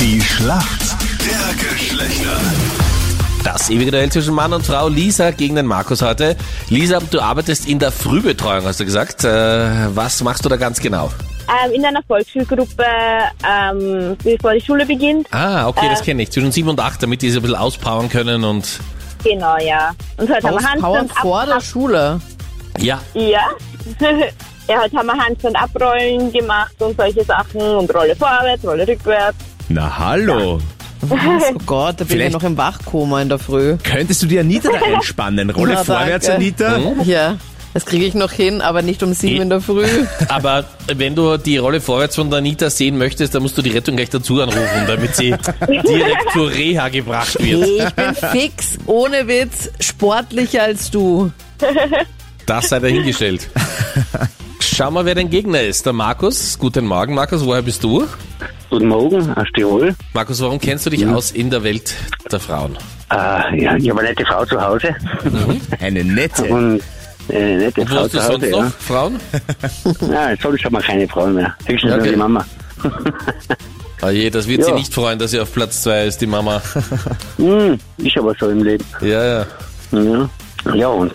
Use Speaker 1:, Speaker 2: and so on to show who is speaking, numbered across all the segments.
Speaker 1: Die Schlacht der Geschlechter.
Speaker 2: Das ewige Duell zwischen Mann und Frau. Lisa gegen den Markus heute. Lisa, du arbeitest in der Frühbetreuung, hast du gesagt. Äh, was machst du da ganz genau?
Speaker 3: Ähm, in einer Volksschulgruppe, ähm, bevor die Schule beginnt.
Speaker 2: Ah, okay, das kenne ich. Zwischen sieben und acht, damit die so ein bisschen auspowern können und...
Speaker 3: Genau, ja. Und heute haben wir
Speaker 4: Auspower
Speaker 3: Handstand
Speaker 4: vor der Schule.
Speaker 2: Ja,
Speaker 3: Ja. ja, heute haben wir Handstand abrollen gemacht und solche Sachen und Rolle vorwärts, Rolle rückwärts.
Speaker 5: Na hallo.
Speaker 4: Oh Gott, da bin
Speaker 5: Vielleicht-
Speaker 4: ich noch im Wachkoma in der Früh.
Speaker 5: Könntest du die Anita da entspannen? Rolle
Speaker 4: Na,
Speaker 5: vorwärts,
Speaker 4: danke. Hm?
Speaker 5: Anita.
Speaker 4: Ja, das kriege ich noch hin, aber nicht um sieben
Speaker 2: Ich-
Speaker 4: in der Früh.
Speaker 2: aber wenn du die Rolle vorwärts von der Anita sehen möchtest, dann musst du die Rettung gleich dazu anrufen, damit sie direkt zur Reha gebracht wird.
Speaker 4: Ich bin fix, ohne Witz, sportlicher als du.
Speaker 2: Das sei dahingestellt. Schau mal, wer dein Gegner ist. Der Markus. Guten Morgen, Markus. Woher bist du?
Speaker 6: Guten Morgen aus Tirol.
Speaker 2: Markus, warum kennst du dich aus in der Welt der Frauen?
Speaker 6: Äh, ja, ich habe eine nette Frau zu Hause.
Speaker 5: Eine nette.
Speaker 4: Hm?
Speaker 6: Und äh, eine nette
Speaker 2: Wo
Speaker 6: Frau
Speaker 2: hast du
Speaker 6: zu
Speaker 2: sonst
Speaker 6: Hause,
Speaker 2: noch
Speaker 6: ja.
Speaker 2: Frauen?
Speaker 6: Nein, sonst haben wir keine Frau mehr. Höchstens
Speaker 2: Ja,
Speaker 6: nur
Speaker 2: okay.
Speaker 6: die Mama.
Speaker 2: Oh je, das wird sie
Speaker 6: Ja.
Speaker 2: nicht freuen, dass sie auf Platz zwei ist, die Mama.
Speaker 6: Hm, ist aber so im Leben.
Speaker 2: Ja, ja.
Speaker 6: Ja, ja und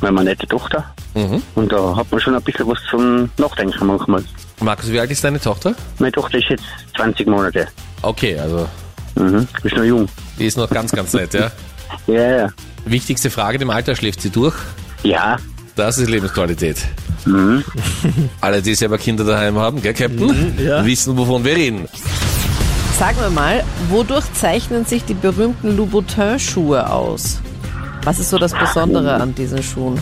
Speaker 6: wir haben eine nette Tochter.
Speaker 2: Mhm.
Speaker 6: Und da hat man schon ein bisschen was zum Nachdenken manchmal.
Speaker 2: Markus, wie alt ist deine Tochter?
Speaker 6: Meine Tochter ist jetzt 20 Monate.
Speaker 2: Okay, also
Speaker 6: Mhm. Ist noch jung.
Speaker 2: die ist noch ganz, ganz nett, ja.
Speaker 6: Ja, ja.
Speaker 2: Wichtigste Frage, dem Alter schläft sie durch.
Speaker 6: Ja,
Speaker 2: Das ist Lebensqualität.
Speaker 6: Mhm.
Speaker 2: Alle, die selber Kinder daheim haben, gell, Captain? Wissen, wovon wir reden.
Speaker 4: Sag mir mal, wodurch zeichnen sich die berühmten Louboutin-Schuhe aus? Was ist so das Besondere an diesen Schuhen?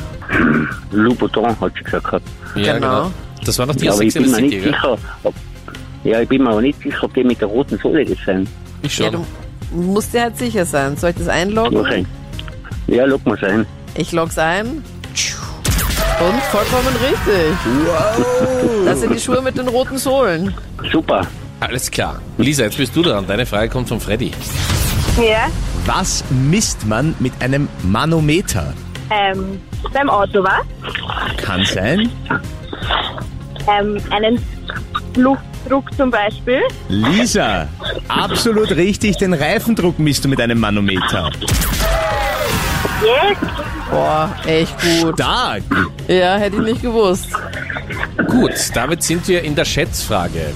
Speaker 6: Louboutin hat sie gesagt. gehabt.
Speaker 2: Ja,
Speaker 4: Genau.
Speaker 2: Das war noch die
Speaker 6: Ja, aber ich
Speaker 2: Sechse
Speaker 6: bin
Speaker 2: des
Speaker 6: mir nicht
Speaker 2: Sieger.
Speaker 6: sicher, ob, ja, ich bin mir aber nicht sicher, ob die mit der roten Sohle das sind.
Speaker 2: Ich
Speaker 4: Ja, du
Speaker 2: schon.
Speaker 4: musst dir halt sicher sein. Soll ich das einloggen?
Speaker 6: Okay. Ja, lock mal sein.
Speaker 4: Ich log's ein. Und vollkommen richtig. Wow. Das sind die Schuhe mit den roten Sohlen.
Speaker 6: Super.
Speaker 2: Alles klar. Lisa, jetzt bist du dran. Deine Frage kommt von Freddy.
Speaker 3: Ja,
Speaker 5: Was misst man mit einem Manometer?
Speaker 3: ähm, beim Auto war
Speaker 5: Kann sein.
Speaker 3: ähm, einen Luftdruck zum Beispiel.
Speaker 5: Lisa, absolut richtig, den Reifendruck misst du mit einem Manometer.
Speaker 3: Yes.
Speaker 4: Boah, echt gut.
Speaker 5: Stark.
Speaker 4: Ja, hätte ich nicht gewusst.
Speaker 2: Gut, damit sind wir in der Schätzfrage.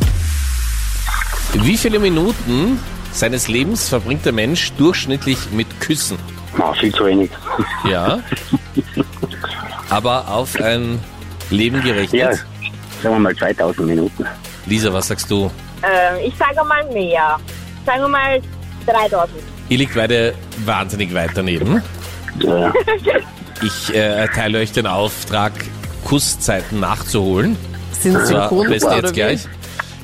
Speaker 2: Wie viele Minuten seines Lebens verbringt der Mensch durchschnittlich mit Küssen?
Speaker 6: Na, viel zu wenig.
Speaker 2: Ja. Aber auf ein Leben gerechnet.
Speaker 6: Ja, sagen wir mal 2000 Minuten.
Speaker 2: Lisa, was sagst du?
Speaker 3: Ähm, ich sage mal mehr. Sagen wir mal 3000.
Speaker 2: Ihr liegt beide wahnsinnig weit daneben.
Speaker 6: Ja,
Speaker 2: Ich äh, erteile euch den Auftrag, Kusszeiten nachzuholen.
Speaker 4: Sind
Speaker 2: Zwar
Speaker 4: synchron
Speaker 2: beste
Speaker 4: oder
Speaker 2: jetzt
Speaker 4: wie?
Speaker 2: gleich.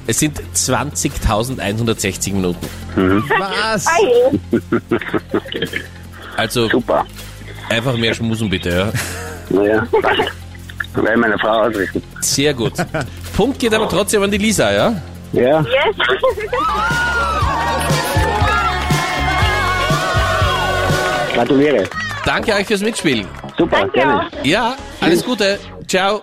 Speaker 2: Es sind 20.160 Minuten.
Speaker 5: Was?
Speaker 3: Hey.
Speaker 2: Also
Speaker 6: super.
Speaker 2: einfach mehr schmusen bitte. Ja.
Speaker 6: Naja, passt. Weil meine Frau ausrichten.
Speaker 2: Sehr gut. Punkt geht aber trotzdem an die Lisa, ja?
Speaker 6: Ja,
Speaker 3: Yes.
Speaker 6: gratuliere.
Speaker 2: Danke euch fürs Mitspielen.
Speaker 6: Super,
Speaker 3: Danke
Speaker 6: gerne.
Speaker 3: auch.
Speaker 2: Ja, alles Gute. Ciao.